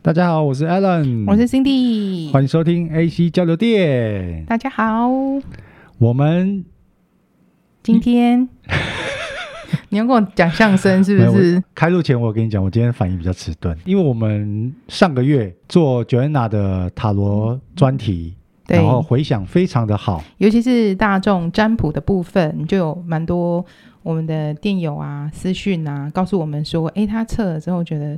大家好，我是 Alan，我是 Cindy，嗯欢迎收听 AC 交流电。大家好，我们 今天你要跟我讲相声是不没有是我？开录前，我跟你讲，我今天反应比较迟钝，因为我们上个月做 Joanna 的塔罗专题，嗯对然后回响非常的好，尤其是大众占卜的部分，就有蛮多我们的电友啊、私讯啊，告诉我们说，诶，他测了之后觉得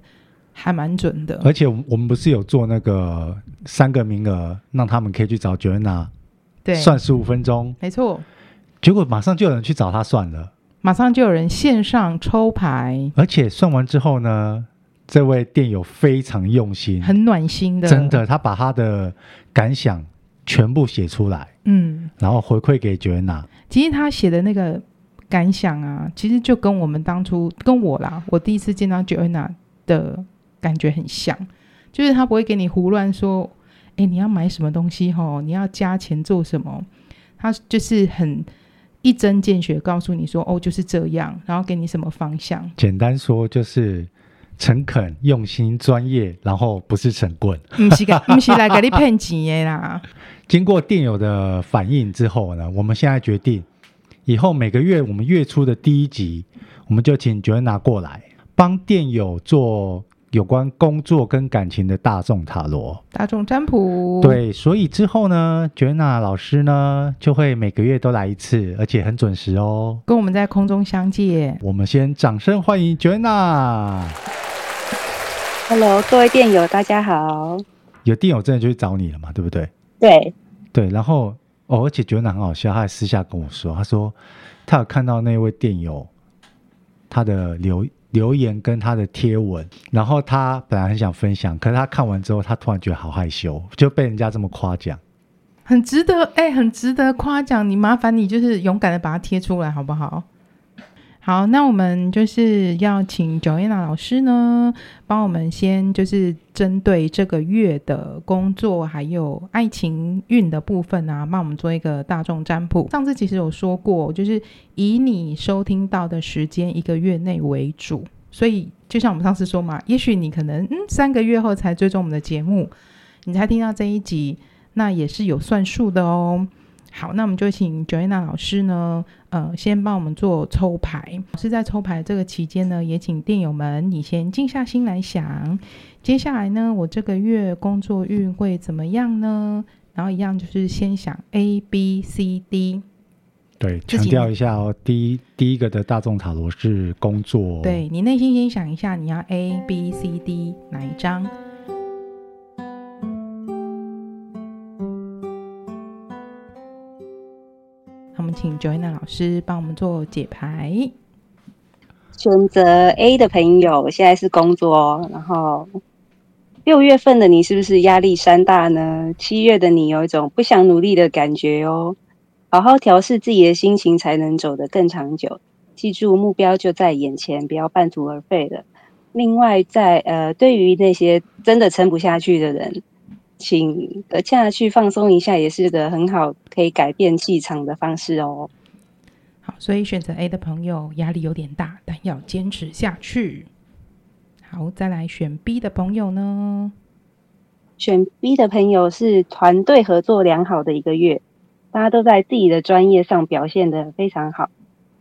还蛮准的。而且我们不是有做那个三个名额，让他们可以去找 Joanna 对，算十五分钟，没错，结果马上就有人去找他算了，马上就有人线上抽牌，而且算完之后呢，这位店友非常用心，很暖心的，嗯真，的，他把他的感想全部写出来，嗯，然后回馈给 Joanna。其实他写的那个感想啊，其实就跟我们当初跟我啦，我第一次见到 Joanna 的感觉很像，就是他不会给你胡乱说，哎，你要买什么东西吼，你要加钱做什么，他就是很一针见血告诉你说，哦，就是这样，然后给你什么方向，简单说就是诚恳、用心、专业，然后不是神棍。不是给不是来给你骗钱的啦，经过店友的反应之后呢，我们现在决定，以后每个月我们月初的第一集，我们就请 Joanna 过来帮店友做有关工作跟感情的大众塔罗。大众占卜，，对，所以之后呢，Joanna 老师呢就会每个月都来一次，而且很准时哦。跟我们在空中相见，我们先掌声欢迎 Joanna。 Hello，各位电友，大家好。有店友真的就去找你了嘛，对不对？对，对，然后哦，而且 Joanna 很好笑，她还私下跟我说，她说她有看到那位店友他的留留言跟他的贴文，然后她本来很想分享，可是她看完之后，她突然觉得好害羞，就被人家这么夸奖。很值得，哎、很值得夸奖你。麻烦你就是勇敢的把它贴出来，好不好？好，那我们就是要请 Joanna 老师呢，帮我们先就是针对这个月的工作还有爱情运的部分啊，帮我们做一个大众占卜。上次其实有说过，就是以你收听到的时间一个月内为主，所以就像我们上次说嘛，也许你可能嗯三个月后才追踪我们的节目，你才听到这一集，那也是有算数的哦。好，那我们就请 Joanna 老师呢，呃，先帮我们做抽牌。老师在抽牌这个期间呢，也请电友们你先静下心来想，接下来呢，我这个月工作运会怎么样呢？然后一样就是先想 A、B、C、D，对，自强己调一下哦，第一第一个的大众塔罗是工作，，对你内心先想一下，你要 A、B、C、D 哪一张？那我们请 Joanna 老师帮我们做解牌。选择 A 的朋友现在是工作哦，然后六月份的你是不是压力山大呢？七月的你有一种不想努力的感觉哦。好好调试自己的心情，才能走得更长久。记住，目标就在眼前，不要半途而废了。另外在，呃，对于那些真的撑不下去的人，请呃下去放松一下，也是个很好可以改变气场的方式哦。好，所以选择 A 的朋友压力有点大，但要坚持下去。好，再来选 B 的朋友呢？选 B 的朋友是团队合作良好的一个月，大家都在自己的专业上表现得非常好。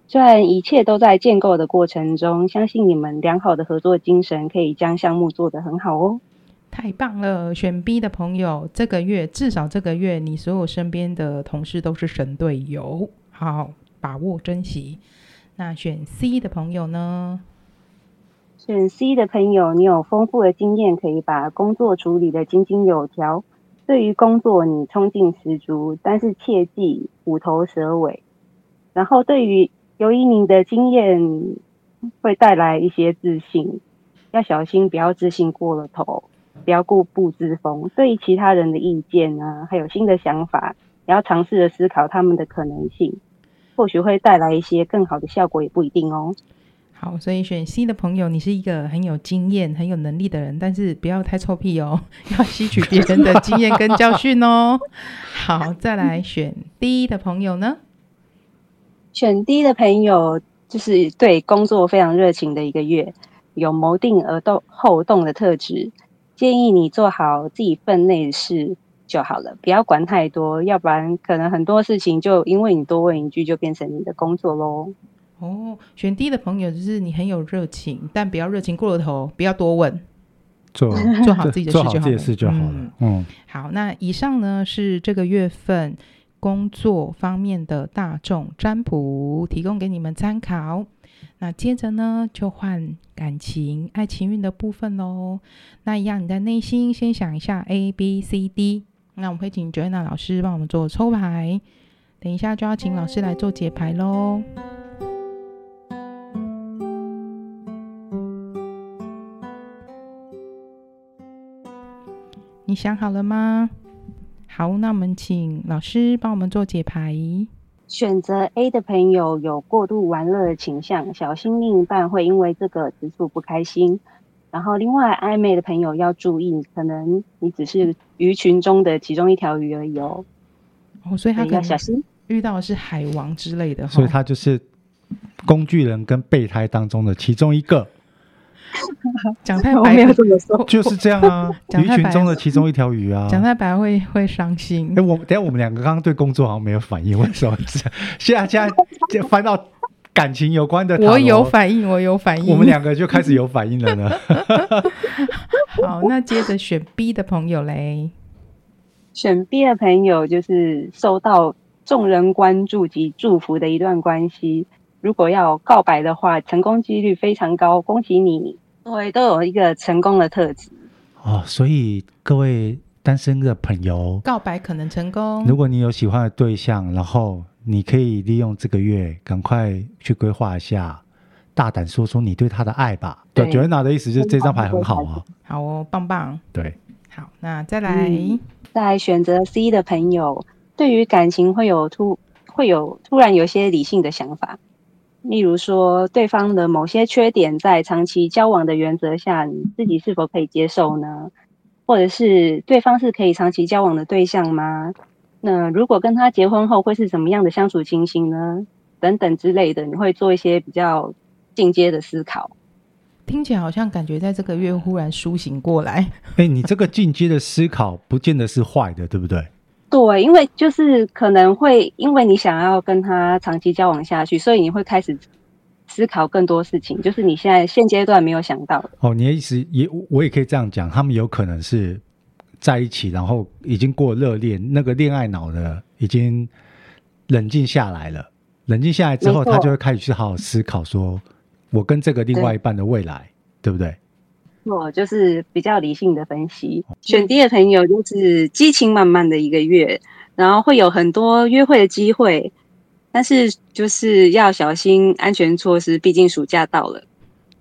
虽然一切都在建构的过程中，相信你们良好的合作精神可以将项目做得很好哦。太棒了！选 B 的朋友，这个月至少这个月，你所有身边的同事都是神队友，好好把握珍惜。那选 C 的朋友呢？选 C 的朋友，你有丰富的经验，可以把工作处理得井井有条。对于工作，你冲劲十足，但是切记虎头蛇尾。然后，对于由于你的经验会带来一些自信，要小心不要自信过了头，不要固步自封。对于其他人的意见啊，还有新的想法，也要尝试着思考他们的可能性，或许会带来一些更好的效果，也不一定哦。好，所以选 C 的朋友，你是一个很有经验、很有能力的人，但是不要太臭屁哦， 要吸取别人的经验跟教训哦。好，再来选 D 的朋友呢？选 D 的朋友就是对工作非常热情的一个月，有谋定而动后动的特质。建议你做好自己分内的事就好了，不要管太多，要不然可能很多事情就因为你多问一句就变成你的工作喽。哦，选 D 的朋友就是你很有热情，但不要热情过了头，不要多问，做做好自己的事做就好好了。自己的事就好嗯了。嗯，好，那以上呢是这个月份工作方面的大众占卜，提供给你们参考。那接着呢，就换感情、爱情运的部分喽。那一样，你在内心先想一下 A、B、C、D。那我们会请 Joanna 老师帮我们做抽牌，等一下就要请老师来做解牌喽。你想好了吗？好，那我们请老师帮我们做解牌。选择 A 的朋友有过度玩乐的倾向，小心另一半会因为这个吃醋不开心。然后，另外暧昧的朋友要注意，可能你只是鱼群中的其中一条鱼而已哦，哦，所以他所以可要小能心。遇到的是海王之类的哈，所以他就是工具人跟备胎当中的其中一个，哦讲太我白没有这么说，就是这样啊， 讲鱼太白群中的其中一条鱼啊。讲太白会会伤心哎、。我等一下我们两个刚刚对工作好像没有反应，为什么 是？现在现在翻到感情有关的塔罗，我有反应，我有反应。我们两个就开始有反应 了呢。好，那接着选 B 的朋友嘞，选 B 的朋友就是受到众人关注及祝福的一段关系，如果要告白的话，成功几率非常高，恭喜你，因为都有一个成功的特质。哦，所以各位单身的朋友，告白可能成功。如果你有喜欢的对象，然后你可以利用这个月赶快去规划一下，大胆说出你对他的爱吧。对，对九 n 娜的意思就是这张牌很好啊。好哦，棒棒。对，好，那再来，嗯在选择 C 的朋友，对于感情会有突会有突然有些理性的想法，例如说对方的某些缺点，在长期交往的原则下，你自己是否可以接受呢？或者是对方是可以长期交往的对象吗？那如果跟他结婚后会是怎么样的相处情形呢？等等之类的，你会做一些比较进阶的思考。听起来好像感觉在这个月忽然苏醒过来。 哎，你这个进阶的思考不见得是坏的，对不对？对，因为就是可能会因为你想要跟他长期交往下去，所以你会开始思考更多事情，就是你现在现阶段没有想到的。哦，你的意思也我也可以这样讲，他们有可能是在一起，然后已经过热恋，那个恋爱脑的已经冷静下来了。冷静下来之后，没错他就会开始去好好思考说我跟这个另外一半的未来，对不对？我哦就是比较理性的分析，选 D 的朋友就是激情满满的一个月，然后会有很多约会的机会，但是就是要小心安全措施，毕竟暑假到了。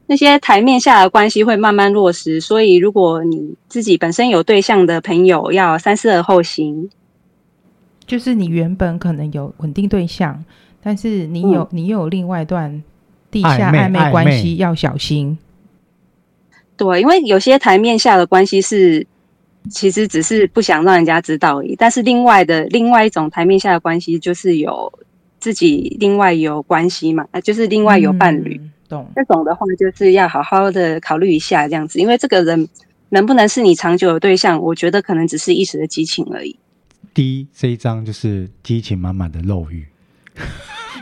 那些台面下的关系会慢慢落实，所以如果你自己本身有对象的朋友，要三思而后行。就是你原本可能有稳定对象，但是你嗯有、你又有另外一段地暧下昧暧昧暧关昧系，要小心。对，因为有些台面下的关系是，其实只是不想让人家知道而已。但是另外的另外一种台面下的关系，就是有自己另外有关系嘛，呃就是另外有伴侣。嗯懂。这种的话，就是要好好的考虑一下这样子，因为这个人能不能是你长久的对象，我觉得可能只是一时的激情而已。第一这一张就是激情满满的肉欲。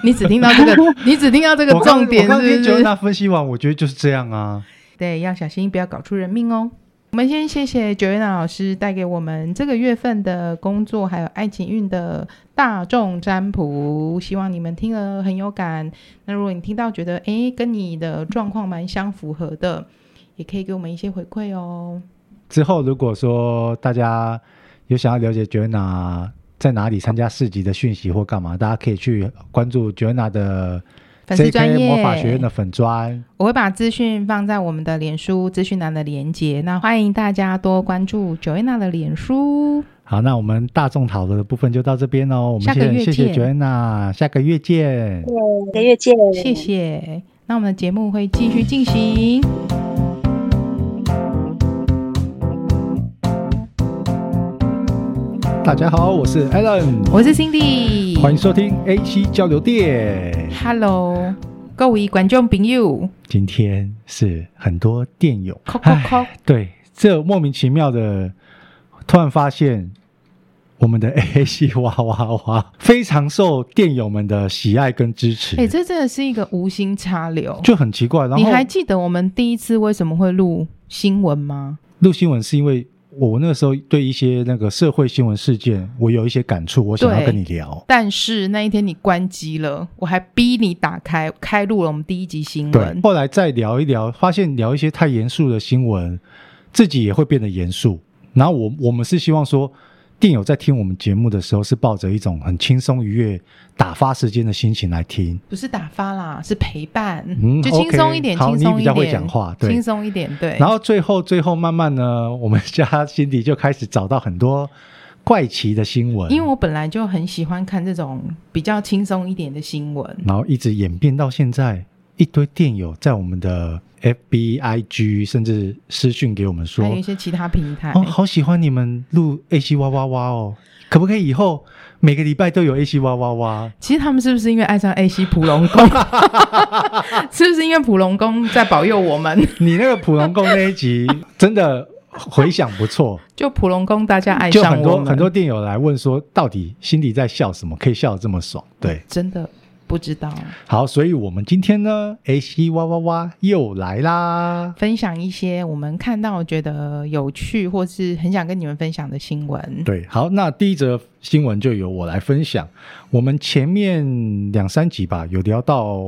你只听到 这个，你只听到这个我刚重点我刚是听不九是？娜分析完，我觉得就是这样啊。对，要小心，不要搞出人命哦。我们先谢谢九月娜老师带给我们这个月份的工作还有爱情运的大众占卜，希望你们听了很有感。那如果你听到觉得诶跟你的状况蛮相符合的，也可以给我们一些回馈哦。之后如果说大家有想要了解 Joanna 在哪里参加市集的讯息或干嘛，大家可以去关注 Joanna 的粉丝 JK 专业魔法学院的粉砖。我会把资讯放在我们的脸书资讯栏的连接，那欢迎大家多关注九月娜的脸书。好，那我们大众讨论的部分就到这边哦。我们下个先月谢谢见 Joanna，下个月见。下个月见，谢谢。那我们的节目会继续进行。大家好，我是 Alan，我是 Cindy，欢迎收听 AC 交流电。 Hello，各位观众朋友，今天是很多电友，扣扣扣唉对这莫名其妙的，突然发现我们的 A A 系哇哇哇非常受电友们的喜爱跟支持，哎、这真的是一个无心插柳。就很奇怪。然你后还记得我们第一次为什么会录新闻吗？录新闻是因为我那时候对一些那个社会新闻事件，我有一些感触，我想要对跟你聊。但是那一天你关机了，我还逼你打开开录了我们第一集新对闻，。后来再聊一聊，发现聊一些太严肃的新闻，自己也会变得严肃。然后我我们是希望说，电友在听我们节目的时候，是抱着一种很轻松愉悦、打发时间的心情来听。不是打发啦，是陪伴，嗯就轻松一点， OK，好轻你松比一点。较会讲话对轻松一点，对。然后最后最后慢慢呢，我们家心里就开始找到很多怪奇的新闻，因为我本来就很喜欢看这种比较轻松一点的新闻，然后一直演变到现在，一堆电友在我们的 FB、IG 甚至私讯给我们说还有一些其他平台。哦，好喜欢你们录 A C 哇哇哇哦，可不可以以后每个礼拜都有 A C 哇哇哇？其实他们是不是因为爱上 A 西普龙宫？ 是不是因为普龙宫在保佑我们？ 你那个普龙宫那一集 真的回响不错，就普龙宫大家爱就上很我多们，很多电友来问说，到底心里在笑什么，可以笑得这么爽？对，真的不知道。好，所以我们今天呢，A C 哇哇哇又来啦。分享一些我们看到觉得有趣或是很想跟你们分享的新闻。对，好，那第一则新闻就由我来分享。我们前面两三集吧，有聊到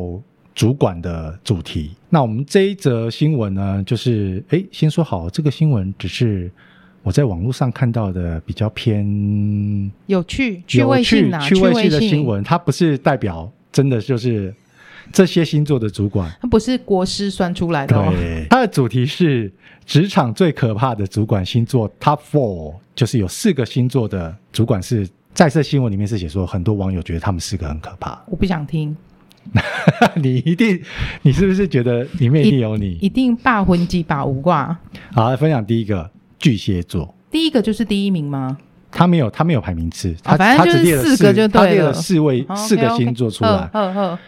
主管的主题。那我们这一则新闻呢，就是诶，先说好，这个新闻只是我在网络上看到的比较偏有趣、趣有味趣性啊，趣味性性的新，闻，它不是代表真的就是这些星座的主管。它不是国师算出来的、哦。对，它的主题是职场最可怕的主管星座 Top Four，就是有四个星座的主管是在这新闻里面是写说，很多网友觉得他们四个很可怕。我不想听， 你一定，你是不是觉得里面一定有你？一定霸魂几把无卦。好，来分享第一个巨蟹座，第一个就是第一名吗？他没有他没有排名次，他、啊反正他只就是列了四个就对他列了了四位、哦四个星座出来。呵呵，。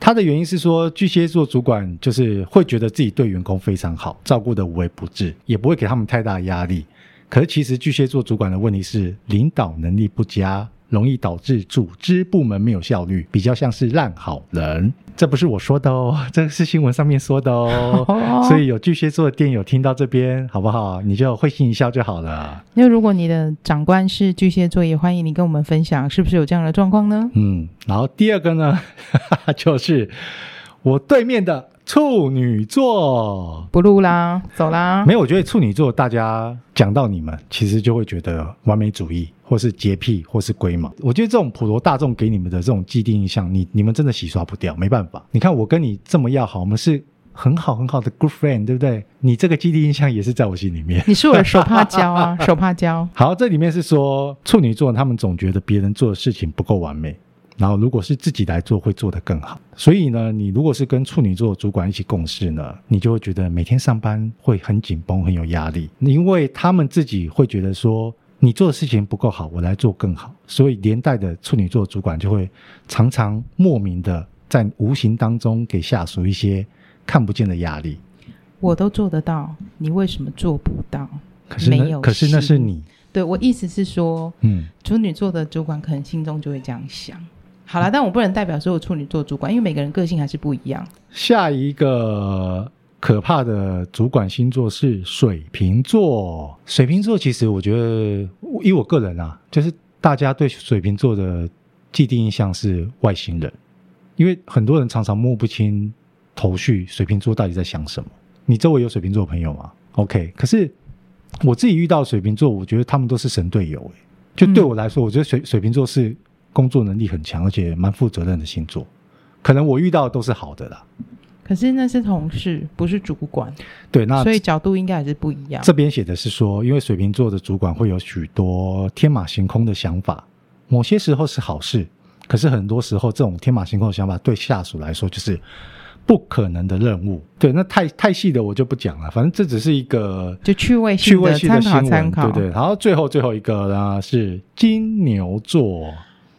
他的原因是说，巨蟹座主管就是会觉得自己对员工非常好，照顾的无微不至，也不会给他们太大压力。可是其实巨蟹座主管的问题是领导能力不佳，容易导致组织部门没有效率，比较像是烂好人。 这不是我说的哦，这是新闻上面说的哦所以有巨蟹座的店友听到这边好不好？你就会心一笑就好了。那如果你的长官是巨蟹座，也欢迎你跟我们分享，是不是有这样的状况呢？嗯，然后第二个呢， 就是我对面的处女座。不录啦，走啦。没有，我觉得处女座大家讲到你们，其实就会觉得完美主义，或是洁癖，或是龟毛。我觉得这种普罗大众给你们的这种既定印象，你你们真的洗刷不掉，没办法。你看我跟你这么要好，我们是很好很好的 good friend，对不对？你这个既定印象也是在我心里面。你是我的手帕胶啊， 手帕胶。好，这里面是说处女座他们总觉得别人做的事情不够完美，然后如果是自己来做会做得更好。所以呢，你如果是跟处女座主管一起共事呢，你就会觉得每天上班会很紧绷，很有压力，因为他们自己会觉得说。你做的事情不够好，我来做更好，所以连带的处女座主管就会常常莫名的在无形当中给下属一些看不见的压力。我都做得到，你为什么做不到？可是没呢，有可是那戏是你，对我意思是说，嗯，处女座的主管可能心中就会这样想。好啦，但我不能代表所有处女座主管，因为每个人个性还是不一样。下一个可怕的主管星座是水瓶座。水瓶座其实我觉得，以我个人啊，就是大家对水瓶座的既定印象是外星人，因为很多人常常摸不清头绪，水瓶座到底在想什么。你周围有水瓶座的朋友吗？OK，可是我自己遇到水瓶座，我觉得他们都是神队友、欸。就对我来说，我觉得水水瓶座是工作能力很强，而且蛮负责任的星座。可能我遇到的都是好的啦。可是那是同事，不是主管，对，那所以角度应该还是不一样。这边写的是说，因为水瓶座的主管会有许多天马行空的想法，某些时候是好事，可是很多时候这种天马行空的想法对下属来说就是不可能的任务。对，那太太细的我就不讲了，反正这只是一个就趣味趣性味的性参的考新闻，参考。对对。然后最后最后一个呢是金牛座，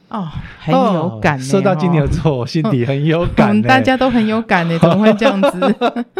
哦，很有感、欸说到金牛哦座，我心里很有我 感、欸。们大家都很有感呢、欸怎么会这样子？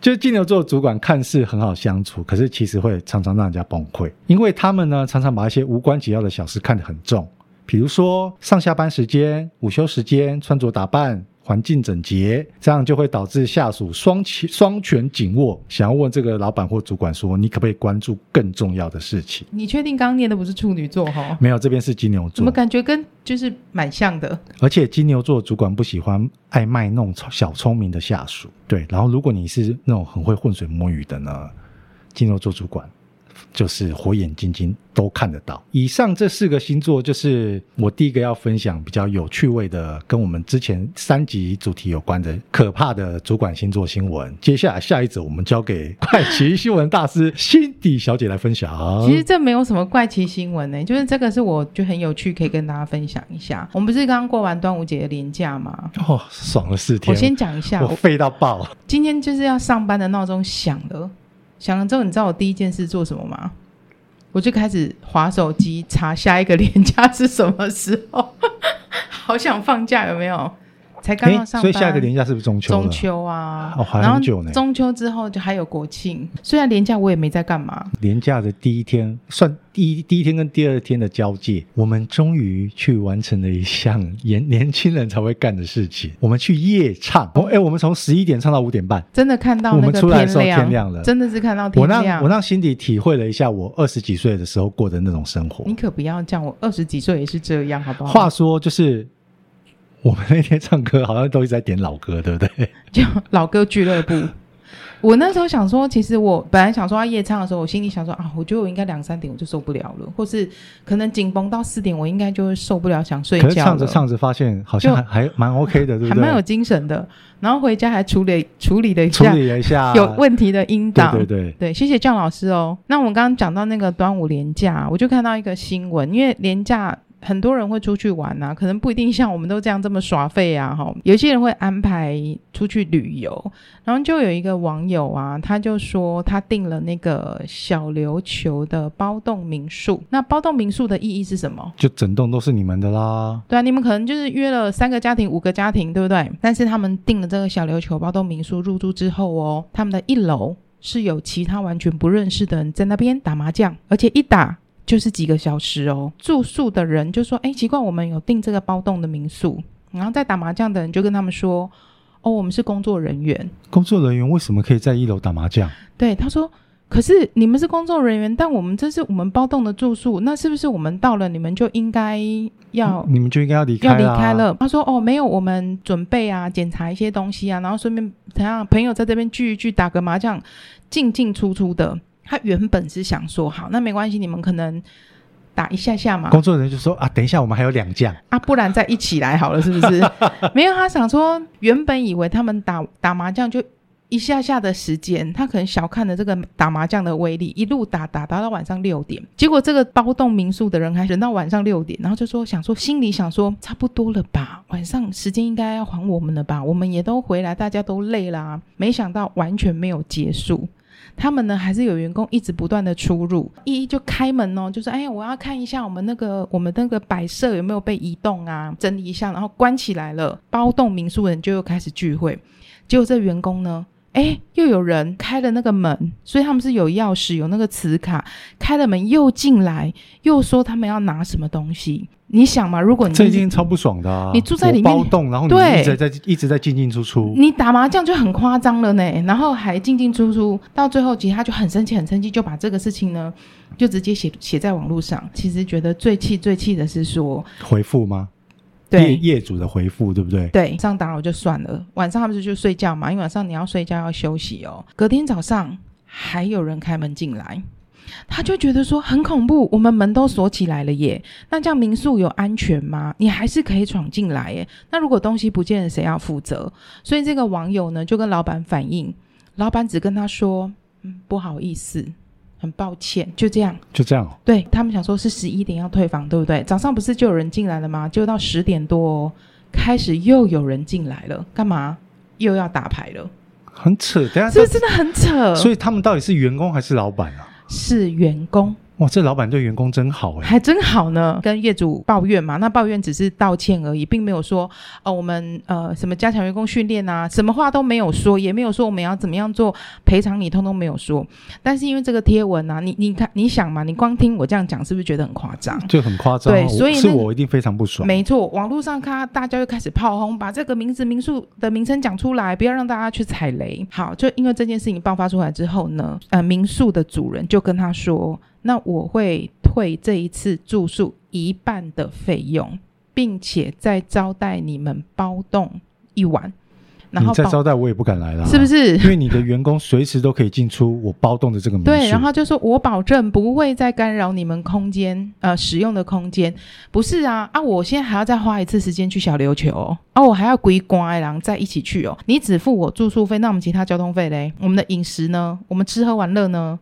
就是金牛座主管看似很好相处，可是其实会常常让人家崩溃，因为他们呢常常把一些无关紧要的小事看得很重，比如说上下班时间、午休时间、穿着打扮、环境整洁，这样就会导致下属双拳双拳紧握，想要问这个老板或主管说：“你可不可以关注更重要的事情你确定刚刚念的不是处女座哈？”？没有，这边是金牛怎座么，感觉跟就是蛮像的？而且金牛座主管不喜欢爱卖弄小聪明的下属。对，然后如果你是那种很会浑水摸鱼的呢，金牛座主管就是火眼金睛都看得到。以上这四个星座就是我第一个要分享比较有趣味的，跟我们之前三集主题有关的可怕的主管星座新闻。接下来下一则我们交给快奇新闻大师辛迪小姐来分享。其实这没有什么怪奇新闻呢、欸就是这个是我就很有趣，可以跟大家分享一下。我们不是刚刚过完端午节的连假吗？哦，爽了四我天，哦先讲一下，我我废到爆。今天就是要上班的闹钟响了，响了之后，你知道我第一件事做什么吗？我就开始划手机查下一个连假是什么时候， 好想放假有没有？才刚哎、要上班，所以下一个年假是不是中秋了？中秋啊，哦还然后很久呢中秋之后就还有国庆，虽然连假我也没在干嘛，年假的第一天，算第一第一天跟第二天的交界，我们终于去完成了一项 年年轻人才会干的事情，我们去夜唱。哦，哎，我们从十一点唱到五点半。真的看到那我个们出来的时候亮，天亮了真的是看到天我让亮。我让辛迪体会了一下我二十几岁的时候过的那种生活你。可不要这样，我二十几岁也是这样，好不好？话说，就是我们那天唱歌好像都一直在点老歌，对不对？就老歌俱乐部。 我那时候想说，其实我本来想说要夜唱的时候，我心里想说啊，我觉得我应该两三点我就受不了了，或是可能紧绷到四点，我应该就会受不了想睡觉可了。是唱着唱着发现好像就还还蛮 OK 的，对还不蛮有对？精神的，然后回家还处理处理了一处下理了一下，有问题的音对档，对对，对，谢谢酱老师哦。那我们刚刚讲到那个端午连假，我就看到一个新闻，因为连假很多人会出去玩啊，可能不一定像我们都这样这么耍废啊，哈。有些人会安排出去旅游，然后就有一个网友啊，他就说他订了那个小琉球的包栋民宿。那包栋民宿的意义是什么？就整栋都是你们的啦。对啊，你们可能就是约了三个家庭、五个家庭，对不对？但是他们订了这个小琉球包栋民宿入住之后哦，他们的一楼是有其他完全不认识的人在那边打麻将，而且一打。就是几个小时哦，住宿的人就说：“哎，奇怪，我们有订这个包栋的民宿。”然后在打麻将的人就跟他们说：“哦，我们是工作人员。工作人员为什么可以在一楼打麻将？”对，他说：“可是你们是工作人员，但我们这是我们包栋的住宿，那是不是我们到了你们就应该要你们就应该要离开要啦离开。了。他说：“哦，没有，我们准备啊，检查一些东西啊，然后顺便等下朋友在这边聚一聚，打个麻将，进进出出的。”他原本是想说：“好，那没关系，你们可能打一下下嘛，工作人员就说啊，等一下，我们还有两将，啊，不然再一起来好了，是不是？”没有，他想说，原本以为他们打打麻将就。一下下的时间，他可能小看了这个打麻将的威力，一路打打打到晚上六点，结果这个包栋民宿的人还忍到晚上六点，然后就说想说心里想说差不多了吧，晚上时间应该要还我们了吧，我们也都回来，大家都累啦、没想到完全没有结束。他们呢，还是有员工一直不断的出入，一一就开门哦，就是哎，我要看一下我们那个我们那个摆设有没有被移动啊，整理一下，然后关起来了。包栋民宿人就又开始聚会，结果这员工呢，哎，又有人开了那个门，所以他们是有钥匙，有那个磁卡，开了门又进来，又说他们要拿什么东西。你想嘛，如果你这是一定超不爽的、啊。嗯你住在里面我包栋，然后你对嗯一直在一直在进进出出，你打麻将就很夸张了呢，然后还进进出出，到最后其实他就很生气，很生气，就把这个事情呢，就直接写写在网络上。其实觉得最气最气的是说，回复吗？业对业主的回复，对不对？对，上打扰就算了，晚上他们就去睡觉嘛，因为晚上你要睡觉要休息哦。隔天早上还有人开门进来。他就觉得说很恐怖，我们门都锁起来了耶，那这样民宿有安全吗？你还是可以闯进来耶。那如果东西不见了，谁要负责？所以这个网友呢就跟老板反映，老板只跟他说，嗯，不好意思，很抱歉，就这样。就这样哦，对他们想说是十一点要退房，对不对？早上不是就有人进来了吗？就到十点多、哦、开始又有人进来了，干嘛？又要打牌了，很扯。等一下是不是真的很扯？所以他们到底是员工还是老板啊？是员工，哇，这老板对员工真好 哎、还真好呢，跟业主抱怨嘛，那抱怨只是道歉而已，并没有说哦，我们呃什么加强员工训练啊，什么话都没有说，也没有说我们要怎么样做赔偿你，通通没有说。但是因为这个贴文啊，你你看你想嘛，你光听我这样讲，是不是觉得很夸张？就很夸张啊。对我所以是那我一定非常不爽。没错，网络上看大家就开始炮轰，把这个名字民宿的名称讲出来，不要让大家去踩雷。好，就因为这件事情爆发出来之后呢，呃，民宿的主人就跟他说，那我会退这一次住宿一半的费用，并且再招待你们包栋一晚，然你后再包招待我也不敢来啦，是不？是？因为你的员工随时都可以进出我包栋的这个民宿。对，然后他就说我保证不会再干扰你们空间呃使用的空间。不是啊啊，我现在还要再花一次时间去小琉球、哦、啊，我还要归乖然后再一起去哦。你只付我住宿费，那我们其他交通费嘞？我们的饮食呢？我们吃喝玩乐呢？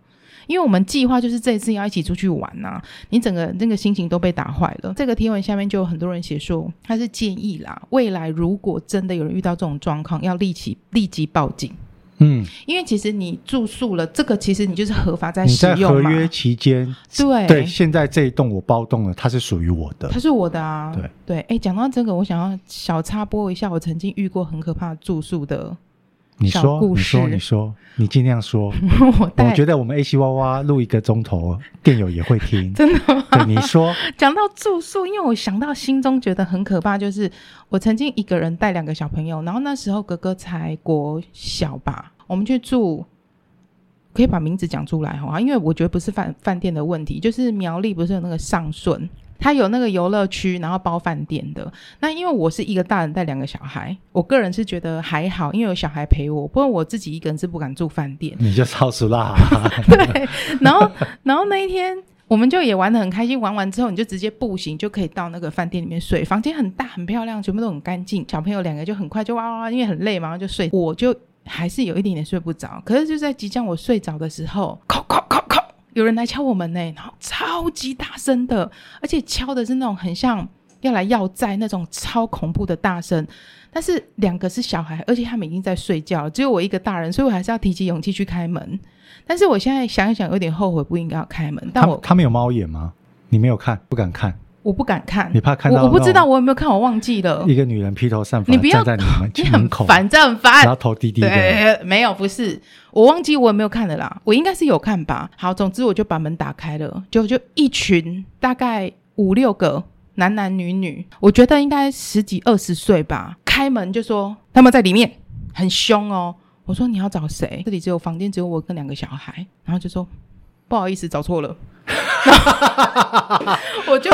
因为我们计划就是这一次要一起出去玩呐、你整个那个心情都被打坏了。这个贴文下面就有很多人写说，他是建议啦，未来如果真的有人遇到这种状况，要立即立即报警。嗯，因为其实你住宿了，这个其实你就是合法在你使在合用嘛。约期间，对对，现在这一栋我包栋了，它是属于我的哎它。是我的啊。对对，哎，讲到这个，我想要小插播一下，我曾经遇过很可怕的住宿的，你小说，故你说，事你说，你尽量说。 我带我觉得我们 A 七哇哇录一个钟头，电友也会 听。真的吗对，你 说，讲到住宿，因为我想到心中觉得很可怕，就是我曾经一个人带两个小朋友，然后那时候哥哥才国小吧，我们去住，可以把名字讲出来哈，因为我觉得不是饭饭店的问题，就是苗栗不是有那个上顺，它有那个游乐区，然后包饭店的。那因为我是一个大人带两个小孩，我个人是觉得还好，因为有小孩陪我，不过我自己一个人是不敢住饭店。你就超时啦。对，然后 然后那一天我们就也玩的很开心，玩完之后你就直接步行就可以到那个饭店里面睡，房间很大很漂亮，全部都很干净，小朋友两个就很快就哇哇哇，因为很累嘛，然后就睡，我就还是有一点点睡不着，可是就在即将我睡着的时候，叩叩叩叩，有人来敲我门呢、然后超级大声的，而且敲的是那种很像。要来要债那种超恐怖的大声，但是两个是小孩，而且他们已经在睡觉了，只有我一个大人，所以我还是要提起勇气去开门。但是我现在想一想，有点后悔不应该要开门，但他我他们有猫眼吗？你没有看，不敢看，我不敢看你，怕看到我我不知那道种我有没有看，我忘记了一。个女人披头散发哦你不要站在你们 你门很口，烦，这很然后烦。头低低的，对， 没有，不是，我忘记我有没有看了啦，我应该是有看吧。好，总之我就把门打开了，就就一群大概五六个男男女女，我觉得应该十几二十岁吧，开门就说他们在里面，很凶哦。我说你要找谁？这里只有房间只有我跟两个小孩，然后就说不好意思，找错了。 我就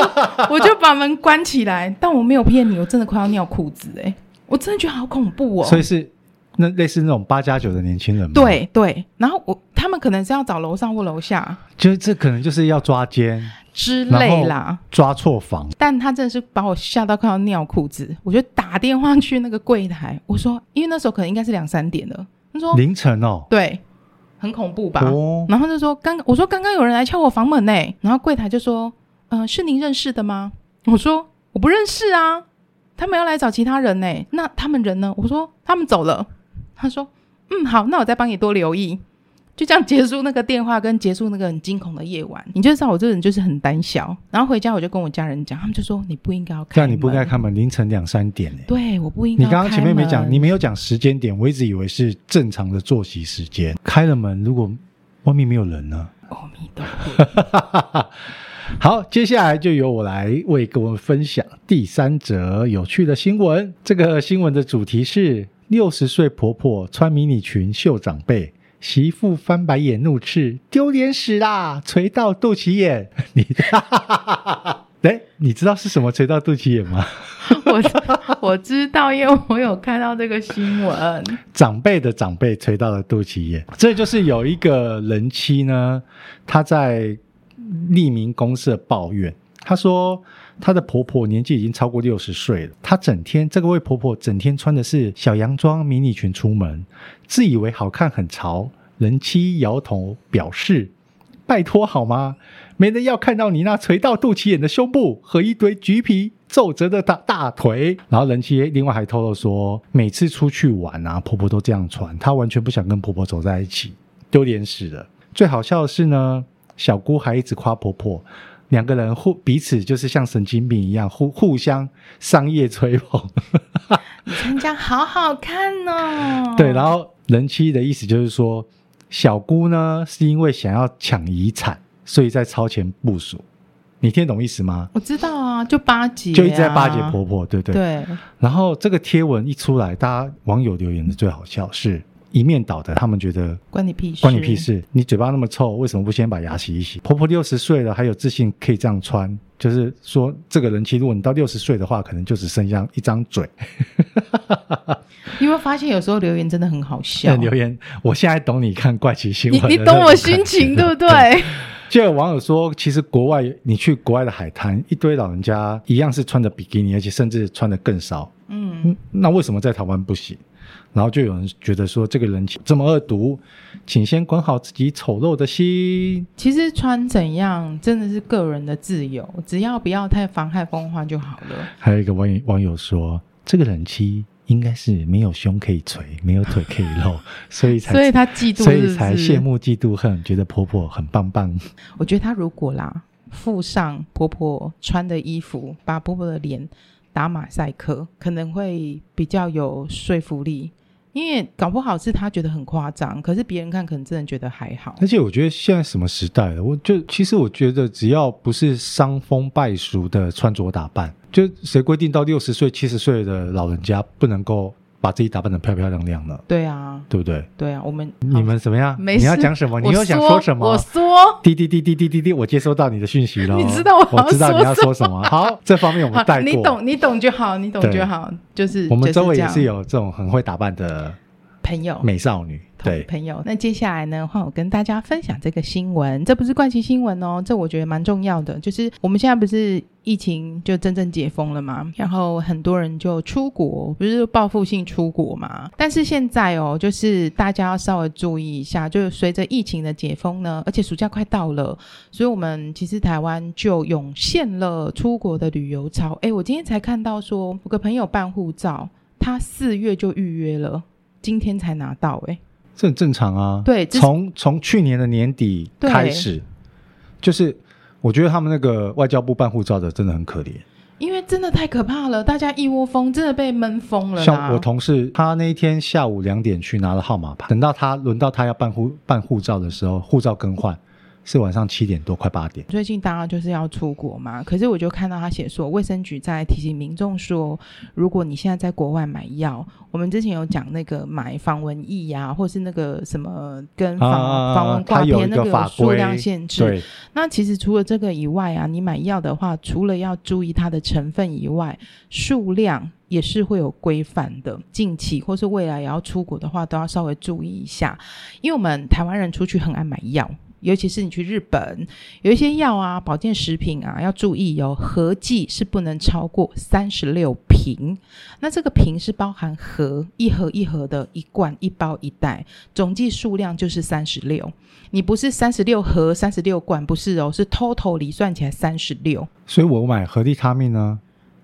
我就把门关起来，但我没有骗你，我真的快要尿裤子哎、我真的觉得好恐怖哦。所以是那类似那种八加九的年轻人吗？，对对，然后我他们可能是要找楼上或楼下就是这可能就是要抓奸，之然类后啦，抓错房，但他真的是把我吓到快要尿裤子，我就打电话去那个柜台，我说，因为那时候可能应该是两三点了，他说凌晨哦，对，很恐怖吧？嗯哦，然后就说刚我说刚刚有人来敲我房门呢、然后柜台就说，嗯、是您认识的吗？我说我不认识啊，他们要来找其他人呢、那他们人呢？我说他们走了。他说，嗯，好，那我再帮你多留意。就这样结束那个电话，跟结束那个很惊恐的夜晚。你就知道我这个人就是很胆小。然后回家我就跟我家人讲，他们就说你不应该要开这样门，你不应该开门，凌晨两三点呢。对，我不应该你要刚开门。刚前面没讲，你没有讲时间点，我一直以为是正常的作息时间。开了门，如果外面没有人呢？阿弥陀佛。好，接下来就由我来为各位分享第三则有趣的新闻。这个新闻的主题是：六十岁婆婆穿迷你裙秀长辈，媳妇翻白眼怒斥丢脸死啦，垂到肚脐眼。你， 哎，你知道是什么垂到肚脐眼吗？我我知道，因为我有看到这个新闻。长辈的长辈垂到了肚脐眼，这就是有一个人妻呢，她在匿名公社抱怨，她说她的婆婆年纪已经超过六十岁了，她整天这个位婆婆整天穿的是小洋装、迷你裙出门，自以为好看很潮。人妻摇头表示：“拜托好吗？没人要看到你那垂到肚脐眼的胸部和一堆橘皮皱褶的大大腿。”然后人妻另外还透露说，每次出去玩啊，婆婆都这样穿，她完全不想跟婆婆走在一起，丢脸死了。最好笑的是呢，小姑还一直夸婆婆，两个人互彼此就是像神经病一样互互相 商业吹捧。人家好好看哦。对，然后人妻的意思就是说，小姑呢是因为想要抢遗产，所以在超前部署。你听得懂意思吗？我知道啊，就巴结、啊，就一直在巴结婆婆，对不对？对，然后这个贴文一出来，大家网友留言的最好笑是一面倒的，他们觉得关你屁事，关你屁事，你嘴巴那么臭，为什么不先把牙洗一洗？婆婆六十岁了，还有自信可以这样穿，就是说这个人气，如果你到六十岁的话，可能就只剩下一张嘴。你有没有发现有时候留言真的很好笑？留言，我现在懂你看怪奇新你闻的那你种感觉，懂我 心情对不对？就有网友说，其实国外你去国外的海滩，一堆老人家一样是穿着比基尼，而且甚至穿的更少。嗯，嗯，那为什么在台湾不行？然后就有人觉得说，这个人这么恶毒，请先管好自己丑陋的心。其实穿怎样真的是个人的自由，只要不要太妨害风化就好了。还有一个网友网友说，这个人妻应该是没有胸可以捶，没有腿可以露， 所以才所以他嫉妒，所是不以是才羡。慕嫉妒恨，觉得婆婆很棒棒。我觉得他如果啦，附上婆婆穿的衣服，把婆婆的脸打马赛克，可能会比较有说服力。因为搞不好是他觉得很夸张，可是别人看可能真的觉得还好而。且我觉得现在什么时代了，我就其实我觉得只要不是伤风败俗的穿着打扮，就谁规定到六十岁、七十岁的老人家不能够把自己打扮得漂漂亮亮呢？对啊， 对不对？对啊，我们你们怎么样？没你要事讲什么？你我又想说什我么？说滴滴滴滴滴滴滴，我接收到你的讯息了。 你知道我要我知道你要说说什么。 好，这方面我们好，带你过。懂，你懂就好，你懂对就好，就是我们就是周围这也样是有这种很会打扮的朋友美少女。同对，朋友。那接下来呢，换我跟大家分享这个新闻，这不是怪奇新闻哦，这我觉得蛮重要的。就是我们现在不是疫情就真正解封了嘛，然后很多人就出国，不是报复性出国嘛。但是现在哦，就是大家要稍微注意一下，就是随着疫情的解封呢，而且暑假快到了，所以我们其实台湾就涌现了出国的旅游潮。诶，我今天才看到说，我个朋友办护照，他四月就预约了。今天才拿到诶。这很正常啊。对这是从从去年的年底对开始，就是我觉得他们那个外交部办护照的真的很可怜。因为真的太可怕了，大家一窝蜂，真的被闷疯了啦。像我同事，他那一天下午两点去拿了号码牌，等到他轮到他要办护办护照的时候，护照更换是晚上七点多，快八点。最近大家就是要出国嘛，可是我就看到他写说，卫生局在提醒民众说，如果你现在在国外买药，我们之前有讲那个买防蚊液呀、或是那个什么跟防、啊防蚊它挂有一片那个有法数规量限制，对，那其实除了这个以外啊，你买药的话，除了要注意它的成分以外，数量也是会有规范的。近期或是未来也啊要出国的话，都要稍微注意一下，因为我们台湾人出去很爱买药。尤其是你去日本，有一些药啊、保健食品啊，要注意哦，合计是不能超过三十六瓶。那这个瓶是包含盒，一盒一盒的，一罐、一包、一袋，总计数量就是三十六。你不是三十六盒、三十六罐，不是哦，是 total 里算起来三十六。所以我买合利他命呢，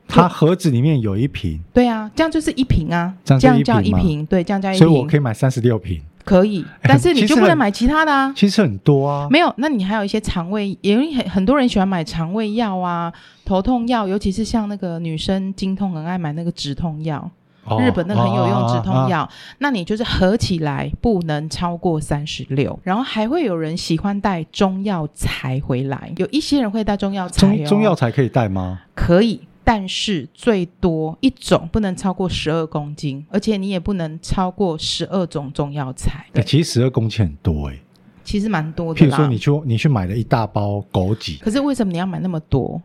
它盒子里面有一瓶，对啊，这样就是一瓶啊，这样就一叫瓶一嘛瓶，对，这样叫一瓶，所以我可以买三十六瓶，可以，但是其你实就不能很买其他的啊。其实很多啊。没有，那你还有一些肠胃，因为很很多人喜欢买肠胃药啊、头痛药，尤其是像那个女生经痛很爱买那个止痛药，哦日本那个很有用止痛，啊啊啊药，那你就是合起来不能超过三十六，然后还会有人喜欢带中药材回来，有一些人会带中药材、哦，中中药材可以带吗？可以，但是最多一种不能超过十二公斤，而且你也不能超过十二种中药材。欸、其实十二公斤很多哎、其实蛮多譬的如说啦你。去你去买了一大包枸杞，可是为什么你要买那么多？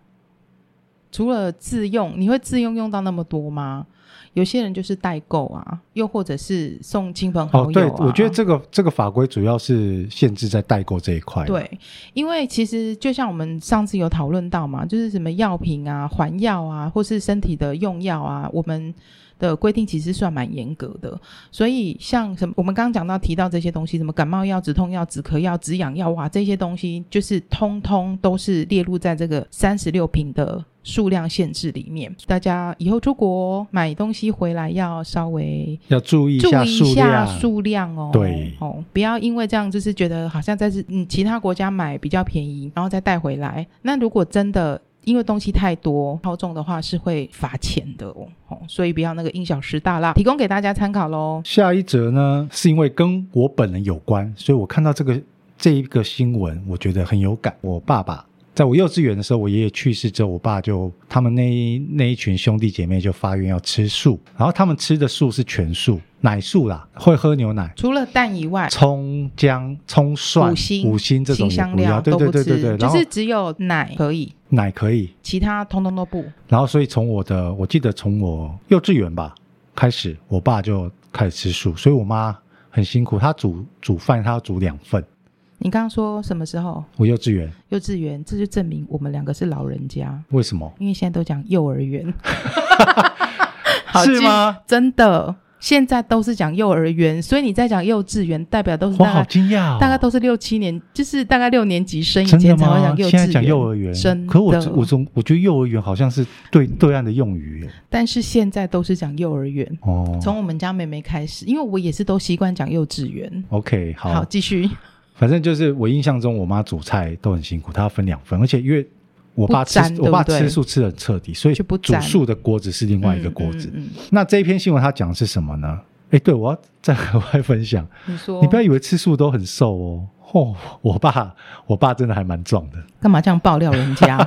除了自用，你会自用用到那么多吗？有些人就是代购啊，又或者是送亲朋好友、啊哦，对，我觉得这个这个法规主要是限制在代购这一块。，对，因为其实就像我们上次有讨论到嘛，就是什么药品啊、环药啊，或是身体的用药啊，我们的规定其实算蛮严格的。所以像什么，我们刚刚讲到提到这些东西，什么感冒药、止痛药、止咳药、止痒药哇，这些东西就是通通都是列入在这个三十六瓶的数量限制里面。大家以后出国哦买东西回来要稍微要注意一注下意一数下量。数量哦，对哦，不要因为这样就是觉得好像在是嗯其他国家买比较便宜，然后再带回来。那如果真的因为东西太多超重的话，是会罚钱的哦，哦，所以不要那个因小失大啦，提供给大家参考喽。下一则呢，是因为跟我本人有关，所以我看到这个这一个新闻，我觉得很有感。我爸爸在我幼稚园的时候，我爷爷去世之后，我爸就他们那一那一群兄弟姐妹就发愿要吃素，然后他们吃的素是全素，奶素啦，会喝牛奶。除了蛋以外，葱姜、葱蒜、五星、五星这种新也香不要，料对都对不对吃，对对，然就后是只有奶可以，奶可以，其他通通都不。然后所以从我的，我记得从我幼稚园吧开始，我爸就开始吃素，所以我妈很辛苦，她煮煮饭，她要煮两份。你刚刚说什么时候？我幼稚园幼稚园，这就证明我们两个是老人家，为什么？因为现在都讲幼儿园，好是吗？记真的，现在都是讲幼儿园，所以你在讲幼稚园，代表都是我大好概惊讶、哦，大概都是六七年，就是大概六年级生以真的前才会吗讲？幼稚园，现在讲幼儿园，真的。可我我总我觉得幼儿园好像是对对岸的用语耶但是现在都是讲幼儿园，哦。从我们家妹妹开始，因为我也是都习惯讲幼稚园。 OK 好，继续。反正就是我印象中，我妈煮菜都很辛苦，她要分两份，而且因为我爸吃不沾我爸对不对吃素吃的很彻底，所以就不煮沾素的锅子是另外一个锅嗯子。嗯嗯那这一篇新闻它讲的是什么呢？哎，对我要再额外分享，嗯你说你不要以为吃素都很瘦哦。哦，我爸，我爸真的还蛮壮的。干嘛这样爆料人 家？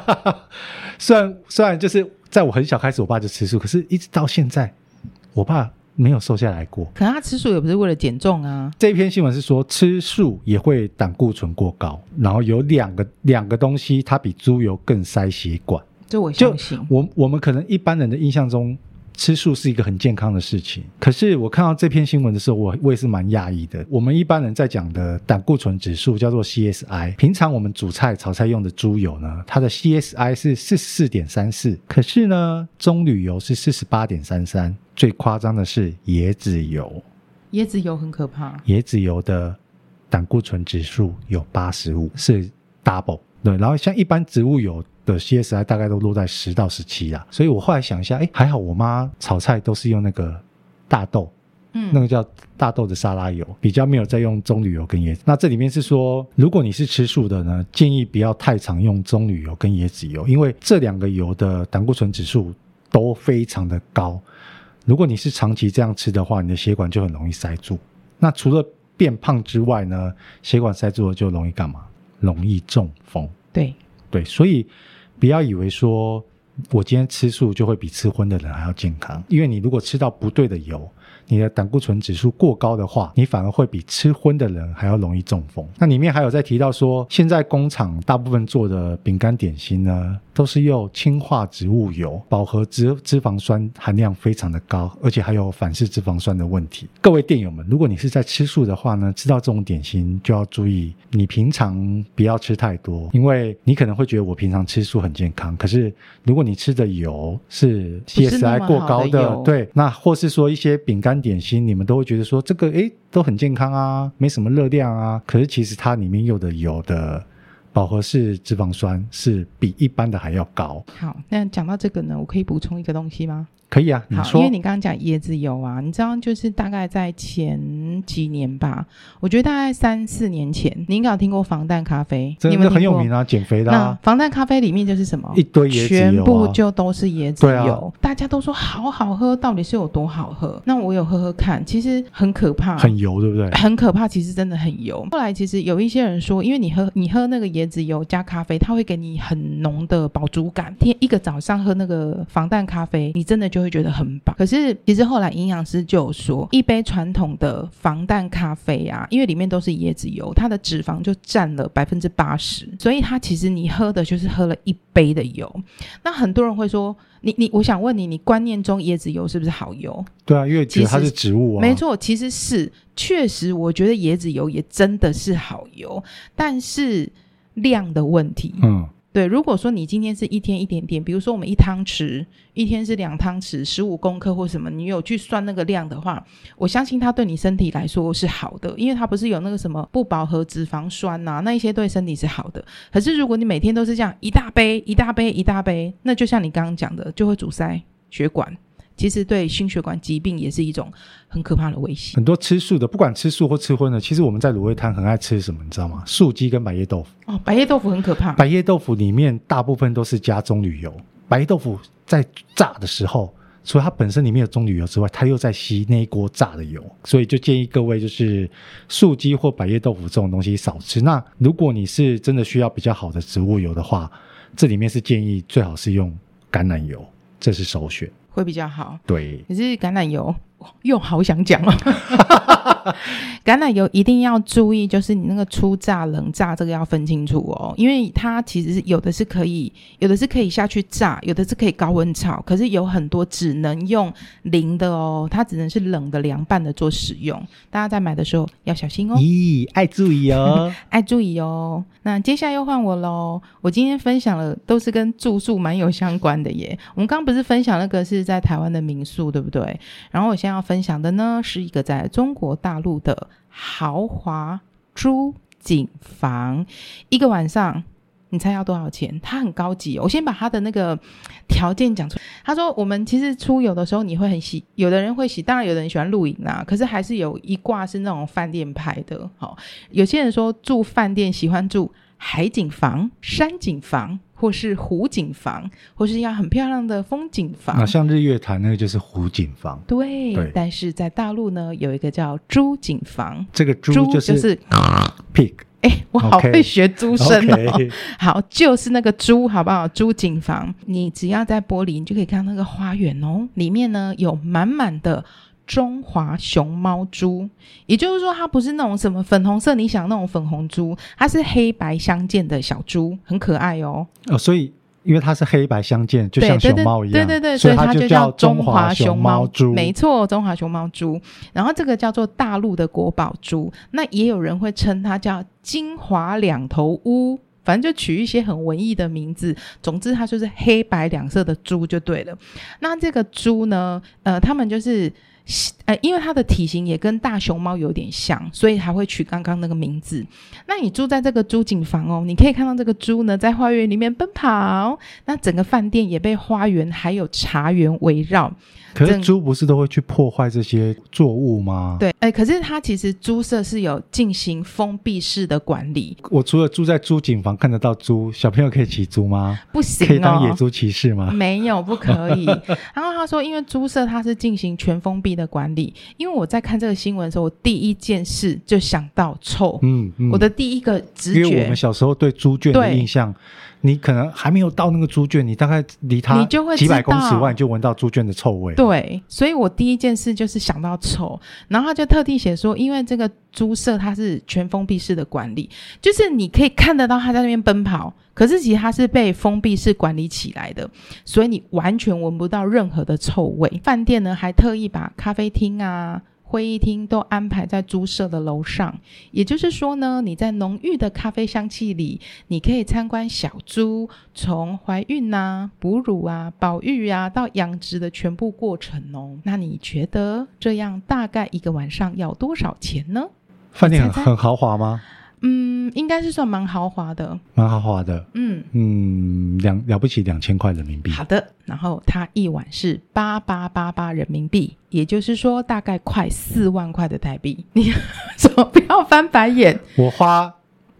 虽然虽然就是在我很小开始，我爸就吃素，可是一直到现在，我爸没有瘦下来过。可他吃素也不是为了减重啊，这一篇新闻是说，吃素也会胆固醇过高，然后有两个两个东西，它比猪油更塞血管。这我就相信。我我们可能一般人的印象中，吃素是一个很健康的事情。可是我看到这篇新闻的时候，我我也是蛮讶异的。我们一般人在讲的胆固醇指数叫做 CSI，平常我们煮菜、炒菜用的猪油呢，它的 CSI 是四十四点三四，可是呢，棕榈油是四十八点三三，最夸张的是椰子油，椰子油很可怕，椰子油的胆固醇指数有八十五，是 double。对，然后像一般植物油的 CSI 大概都落在十到十七啦，所以我后来想一下，哎，还好我妈炒菜都是用那个大豆，嗯，那个叫大豆的沙拉油，比较没有在用棕榈油跟椰子。那这里面是说，如果你是吃素的呢，建议不要太常用棕榈油跟椰子油，因为这两个油的胆固醇指数都非常的高。如果你是长期这样吃的话，你的血管就很容易塞住。那除了变胖之外呢，血管塞住了就容易干嘛？容易中风。对，对，所以不要以为说我今天吃素就会比吃荤的人还要健康，因为你如果吃到不对的油，你的胆固醇指数过高的话，你反而会比吃荤的人还要容易中风。那里面还有在提到说，现在工厂大部分做的饼干点心呢，都是用氢化植物油，饱和脂脂肪酸含量非常的高，而且还有反式脂肪酸的问题。各位店友们，如果你是在吃素的话呢，吃到这种点心就要注意，你平常不要吃太多，因为你可能会觉得我平常吃素很健康，可是如果你吃的油是不是那 CSI 么过好高的的油，对。对，那或是说一些饼干点心，你们都会觉得说这个诶都很健康啊，没什么热量啊。可是其实它里面有的油的饱和式脂肪酸是比一般的还要高。好，那讲到这个呢，我可以补充一个东西吗？可以啊，你好，说因为你刚刚讲椰子油啊，你知道，就是大概在前几年吧，我觉得大概三四年前，你应该有听过防弹咖啡，你真们的很有名啊，减肥的、那啊、防弹咖啡里面就是什么？一堆椰子全油、啊，部就都是椰子对啊油，大家都说好好喝，到底是有多好喝？那我有喝喝看，其实很可怕，很油，对不对？很可怕，其实真的很油。后来其实有一些人说，因为你喝你喝那个椰子油加咖啡，它会给你很浓的饱足感。天一个早上喝那个防弹咖啡，你真的就会觉得很饱。可是其实后来营养师就有说，一杯传统的防弹咖啡啊，因为里面都是椰子油，它的脂肪就占了百分之八十，所以它其实你喝的就是喝了一杯的油。那很多人会说，你你，我想问你，你观念中椰子油是不是好油？对啊，因为觉得它其是实植物啊，没。错，其实是确实，我觉得椰子油也真的是好油，但是量的问题。嗯，对，如果说你今天是一天一点点，比如说我们一汤匙，一天是两汤匙，十五公克或什么，你有去算那个量的话，我相信它对你身体来说是好的，因为它不是有那个什么不饱和脂肪酸呐、那一些对身体是好的。可是如果你每天都是这样一大杯、一大杯、一大杯，那就像你刚刚讲的，就会阻塞血管，其实对心血管疾病也是一种很可怕的威胁。很多吃素的，不管吃素或吃荤的，其实我们在卤味摊很爱吃什么，你知道吗？素鸡跟百叶豆腐。哦，白叶豆腐很可怕，百叶豆腐里面大部分都是加棕榈油。百叶豆腐在炸的时候，除了它本身里面有棕榈油之外，它又在吸那一锅炸的油，所以就建议各位就是素鸡或百叶豆腐这种东西少吃。那如果你是真的需要比较好的植物油的话，这里面是建议最好是用橄榄油，这是首选。会比较好。对，可是橄榄油又好想讲哦， 橄榄油一定要注意，就是你那个初榨、冷榨这个要分清楚哦，因为它其实是有的是可以，有的是可以下去炸，有的是可以高温炒，可是有很多只能用零的哦，它只能是冷的、凉拌的做使用，大家在买的时候要小心哦。咦，爱注意哦。爱注意哦。那接下来又换我喽。我今天分享了都是跟住宿蛮有相关的耶。我们刚刚不是分享那个是在台湾的民宿，对不对？然后我现在要分享的呢是一个在中国大陆的豪华租景房，一个晚上。你猜要多少钱？它很高级、哦。我先把它的那个条件讲出来。他说，我们其实出游的时候，你会很喜，有的人会喜，当然有的人喜欢露营啦，可是还是有一挂是那种饭店拍的。好、有些人说住饭店喜欢住海景房、山景房，或是湖景房，或是要很漂亮的风景那房。像日月潭那个就是湖景房，对，对但是在大陆呢，有一个叫猪景房，这个猪猪就就是 是， pig，哎、我好 OK 会学猪声哦。 OK 好，就是那个猪，好不好？猪景房，你只要在玻璃，你就可以看到那个花园哦。里面呢有满满的中华熊猫猪，也就是说它不是那种什么粉红色，你想那种粉红猪，它是黑白相间的小猪，很可爱哦。哦，所以因为它是黑白相间，就对像对熊对猫一样，对对对，所以以它就叫中华熊猫猪。没错，中华熊猫猪。然后这个叫做大陆的国宝猪，那也有人会称它叫金华两头乌。反正就取一些很文艺的名字，总之它就是黑白两色的猪就对了。那这个猪呢，呃，他们就是呃，因为它的体型也跟大熊猫有点像，所以还会取刚刚那个名字。那你住在这个猪景房哦，你可以看到这个猪呢在花园里面奔跑，那整个饭店也被花园还有茶园围绕。可是整猪不是都会去破坏这些作物吗？，对，哎，可是它其实猪舍是有进行封闭式的管理，我除了住在猪景房看得到猪，小朋友可以骑猪吗？不可以行当哦野。猪骑士吗？没有，不 可以。然后他说，因为猪舍它是进行全封闭的管理。因为我在看这个新闻的时候，我第一件事就想到臭，嗯嗯，我的第一个直因为我觉们，小时候对猪圈的对印象，你可能还没有到那个猪圈，你大概离它你就会几百知道公尺外，你就闻到猪圈的臭味。，对，所以我第一件事就是想到丑，然后他就特地写说，因为这个猪舍它是全封闭式的管理，就是你可以看得到它在那边奔跑，可是其实它是被封闭式管理起来的，所以你完全闻不到任何的臭味。饭店呢还特意把咖啡厅啊。会议厅都安排在猪舍的楼上，也就是说呢，你在浓郁的咖啡香气里，你可以参观小猪从怀孕呐、哺乳啊、保育啊到养殖的全部过程哦。那你觉得这样大概一个晚上要多少钱呢？饭店猜很猜很豪华吗？嗯，应该是算蛮豪华的。蛮豪华的，嗯，嗯，两了不起两千块人民币。好的。然后它一晚是八八八八人民币，也就是说大概快四万块的台币。你 什么不要翻白眼？我花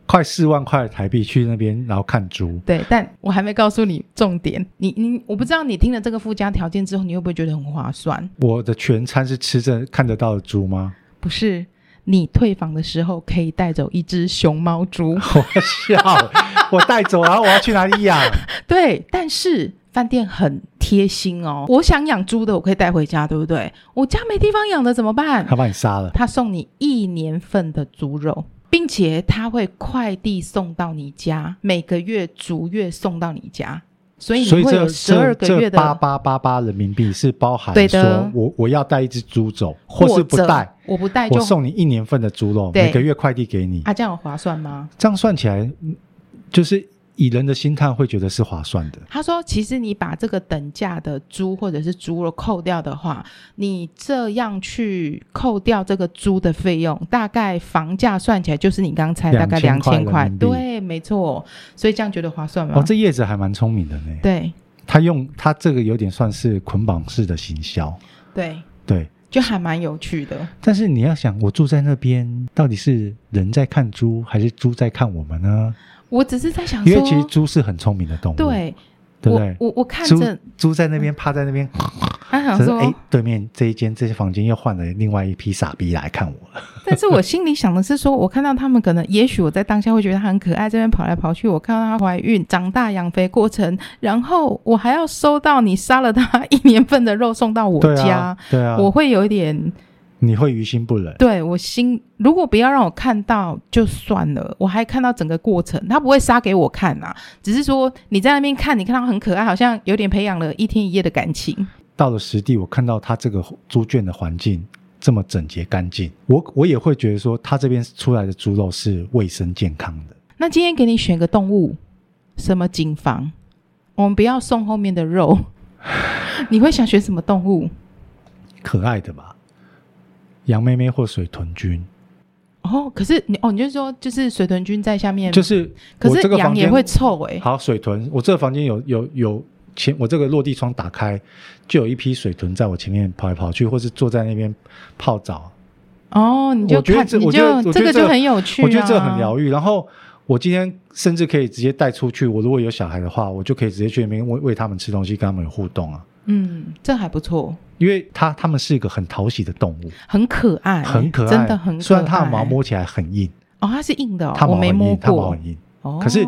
快四万块台币去那边，然后看猪，对，但我还没告诉你重点。你你，我不知道你听了这个附加条件之后，你会不会觉得很划算？我的全餐是吃着看得到的猪吗？ 不是，你退房的时候可以带走一只熊猫 猪。我笑，我带走，然后我要去哪里养？ 对，但是饭店很贴心哦。我想养猪的，我可以带回家，对不对？我家没地方养的怎么办？他把你杀了，他送你一年份的猪肉，并且他会快递送到你家，每个月逐月送到你家，所以所你以会有这十二这个月这的八八八八人民币是包含对的说我我要带一只猪走，或是不者带，我不带就我送你一年份的猪肉，对每个月快递给你，啊，这样有划算吗？这样算起来嗯就是以人的心态会觉得是划算的。他说，其实你把这个等价的猪或者是猪肉扣掉的话，你这样去扣掉这个猪的费用，大概房价算起来就是你刚才大概两2000块千块人民，币对，没错。所以这样觉得划算吗？哦，这叶子还蛮聪明的呢。对他用他这个有点算是捆绑式的行销，对，对。就还蛮有趣的。但是你要想，我住在那边，到底是人在看猪，还是猪在看我们呢？我只是在想因为其实说，猪是很聪明的动物，对对不我对？我我看猪着，猪在那边趴在那边，他想可是说，哎，对面这一间这些房间又换了另外一批傻逼来看我了。但是我心里想的是说，我看到他们可能，也许我在当下会觉得她很可爱，这边跑来跑去，我看到她怀孕、长大、养肥过程，然后我还要收到你杀了她一年份的肉送到我对家啊，，对啊，我会有一点，你会于心不忍。对我心，如果不要让我看到就算了，我还看到整个过程，他不会杀给我看啊，只是说你在那边看，你看到很可爱，好像有点培养了一天一夜的感情，到了实地，我看到他这个猪圈的环境这么整洁干净，我我也会觉得说，他这边出来的猪肉是卫生健康的。那今天给你选个动物，什么警方？我们不要送后面的肉。 你会想选什么动物？可爱的吧，羊妹妹或水豚君，哦，可是你哦，你就说就是水豚君在下面，就是可我是这个羊房也间会臭哎、好水豚，我这个房间有有有前我这个落地窗打开，就有一批水豚在我前面跑来跑去，或是坐在那边泡澡。哦，你就我觉得看，这你我觉得就我觉个得就很有趣、啊，我觉得这个很疗愈。然后我今天甚至可以直接带出去，我如果有小孩的话，我就可以直接去那边喂喂他们吃东西，跟他们有互动啊。嗯，这还不错，因为它它们是一个很讨喜的动物，很可爱，很可爱，哎真的很可爱。虽然它的毛摸起来很硬，哦，它是硬的、哦，它我毛很没摸硬，它毛过很硬，哦，可是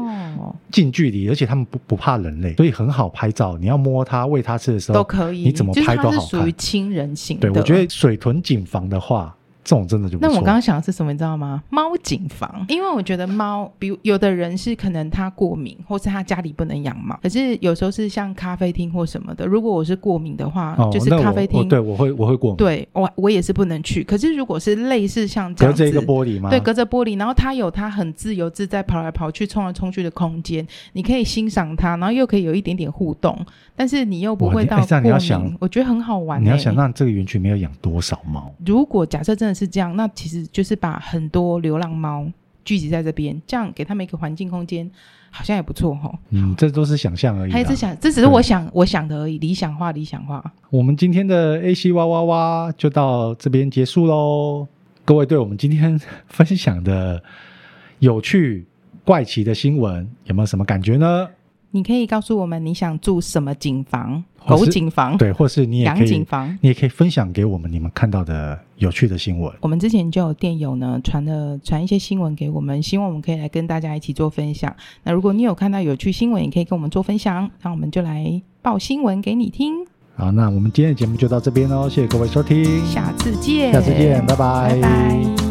近距离，而且它们不不怕人类，所以很好拍照。你要摸它、喂它吃的时候，都可以，你怎么就是拍它都是好属于看。亲人型的。对，我觉得水豚谨防的话，这种真的就不那错。我刚刚想的是什么，你知道吗？猫警房，因为我觉得猫，比如有的人是可能他过敏，或是他家里不能养猫，可是有时候是像咖啡厅或什么的。如果我是过敏的话，哦，啊就是那咖我啡我厅，对我会我会过敏，对我我也是不能去。可是如果是类似像这隔样着一个子。玻璃吗？对，隔着玻璃，然后它有它很自由自在跑来跑去、冲来冲去的空间，你可以欣赏它，然后又可以有一点点互动，但是你又不哇会你到哎这样过你敏，要想我觉得很好玩、欸。你要想，那这个园区没有养多少猫？如果假设真的是这样，那其实就是把很多流浪猫聚集在这边，这样给他们一个环境空间，好像也不错哈。嗯，这都是想象而已啦。还有在想，这只是我想我想的而已，理想化，理想化。我们今天的 A C 哇哇哇就到这边结束喽。各位对我们今天分享的有趣怪奇的新闻有没有什么感觉呢？你可以告诉我们你想住什么警房，或狗是警房、对，或是你也羊可警以，房。你也可以分享给我们你们看到的有趣的新闻。我们之前就有电友呢传了传一些新闻给我们，希望我们可以来跟大家一起做分享。那如果你有看到有趣新闻，也可以跟我们做分享，那我们就来报新闻给你听。好，那我们今天的节目就到这边喽，谢谢各位收听，下次见，下次见，拜拜拜